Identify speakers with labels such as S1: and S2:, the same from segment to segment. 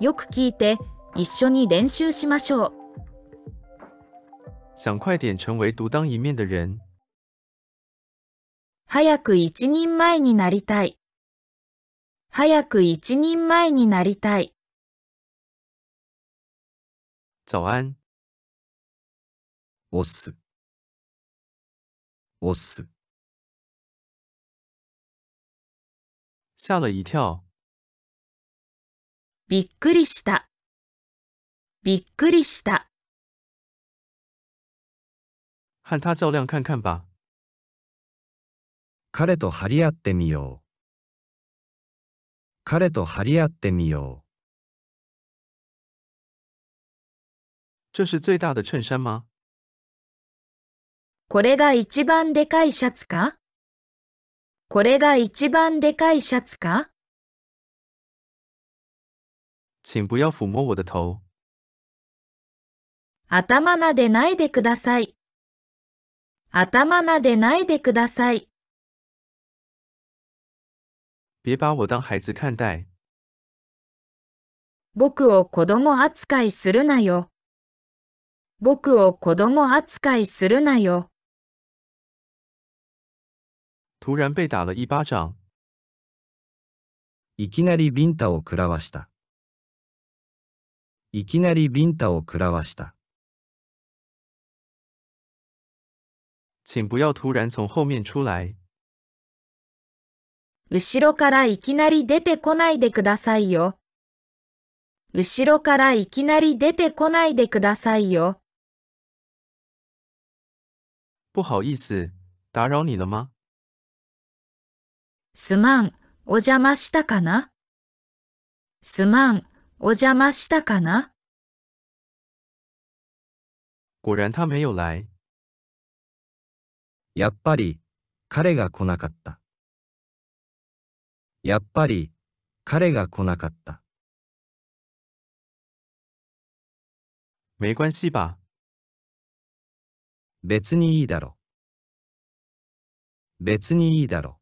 S1: よく聞いて一緒に練習しましょう
S2: 想快点成为独当一面的人，
S1: 早く一人前になりたい早く一人前になりたい
S2: 早安，
S3: 押す、押す、
S2: 吓了一跳，
S1: びっくりしたびっくりした
S2: 和他较量看看吧。
S3: 彼と張り合ってみよう。彼と張り合ってみよ
S2: 这是最大的衬衫吗？
S1: これが一番でかいシャツかこれが一番でかいシャツか
S2: 请不要抚摸我的头，
S1: 頭なでないでください。頭なでないでください。
S2: 别把我当孩子看待。
S1: 僕を子供扱いするなよ。僕を子供扱いするなよ。
S2: 突然被打了一巴掌，
S3: う。いきなりビンタを食らわした。いきなりビンタを食らわした。
S2: 请不要突然从后面出来。
S1: 後ろからいきなり出てこないでくださいよ。後ろからいきなり出てこないでくださいよ。
S2: 不好意思，打扰你了吗？
S1: すまん、お邪魔したかなすまん、お邪魔したかな
S2: 果然他没有来。
S3: やっぱり、彼が来なかった。やっぱり、彼が来なかった。
S2: 没关系吧？
S3: 別にいいだろ。別にいいだろ。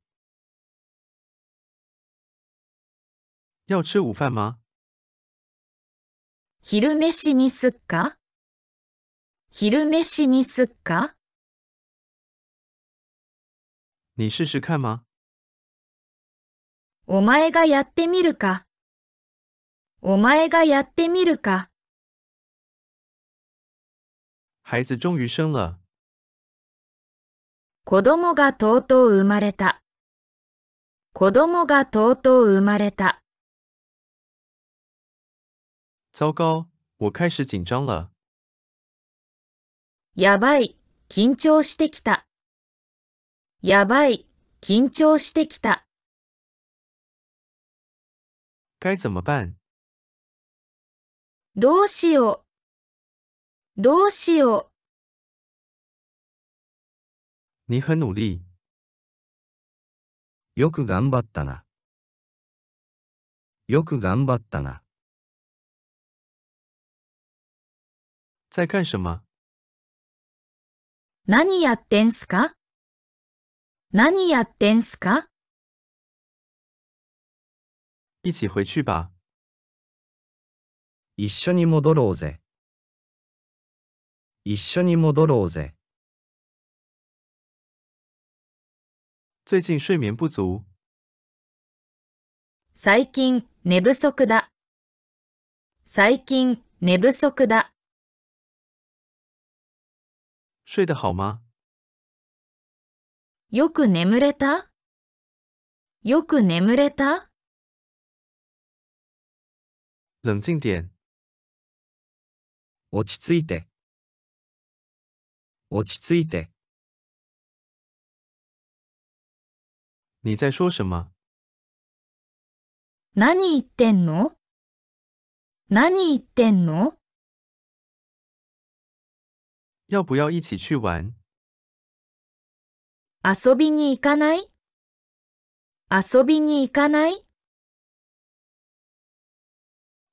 S2: 要吃午饭吗？
S1: 昼飯にすっか昼飯にすっか
S2: 你试试看吗？
S1: お前がやってみるかお前がやってみるか
S2: 孩子终于生了，
S1: 子供がとうとう生まれた。子供がとうとう生まれた。
S2: 糟糕，我开始紧张了。
S1: やばい、緊張してきた。やばい、緊張してきた。
S2: 该怎么办？
S1: どうしよう。どうしよ
S2: 你很努力，
S3: よく頑張ったな。よく頑張ったな。
S2: 在干什么？
S1: う。何やってんすか何やってんすか
S2: 一起回去吧。
S3: 一緒に戻ろうぜ。一緒に戻ろうぜ。
S2: 最近睡眠不足，
S1: 最近、寝不足だ。最近、寝不足だ。
S2: 睡得好吗？
S1: よく眠れたよく眠れた
S2: 冷静点，
S3: 落ち着いて。落ち着いて。
S2: 你在说什么？
S1: 何言ってんの何言ってんの
S2: 要不要一起去玩？
S1: 遊びに行かない遊びに行かない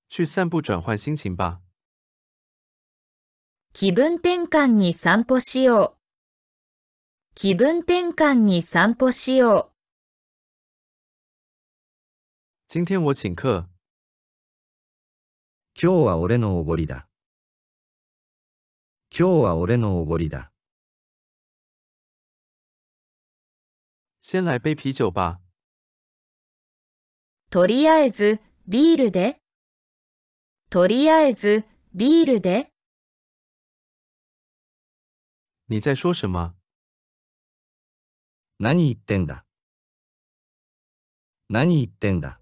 S2: 去散步转换心情吧。
S1: 気分転換に散歩しよう。気分転換に散歩しよ
S2: 今天我请客，
S1: う。
S3: 今日は俺のおごりだ。今日は俺のおごりだ。
S2: 先来杯啤酒吧。
S1: とりあえず、ビールで。とりあえず、ビールで。
S2: 你在说什么？
S3: 何言ってんだ。何言ってんだ。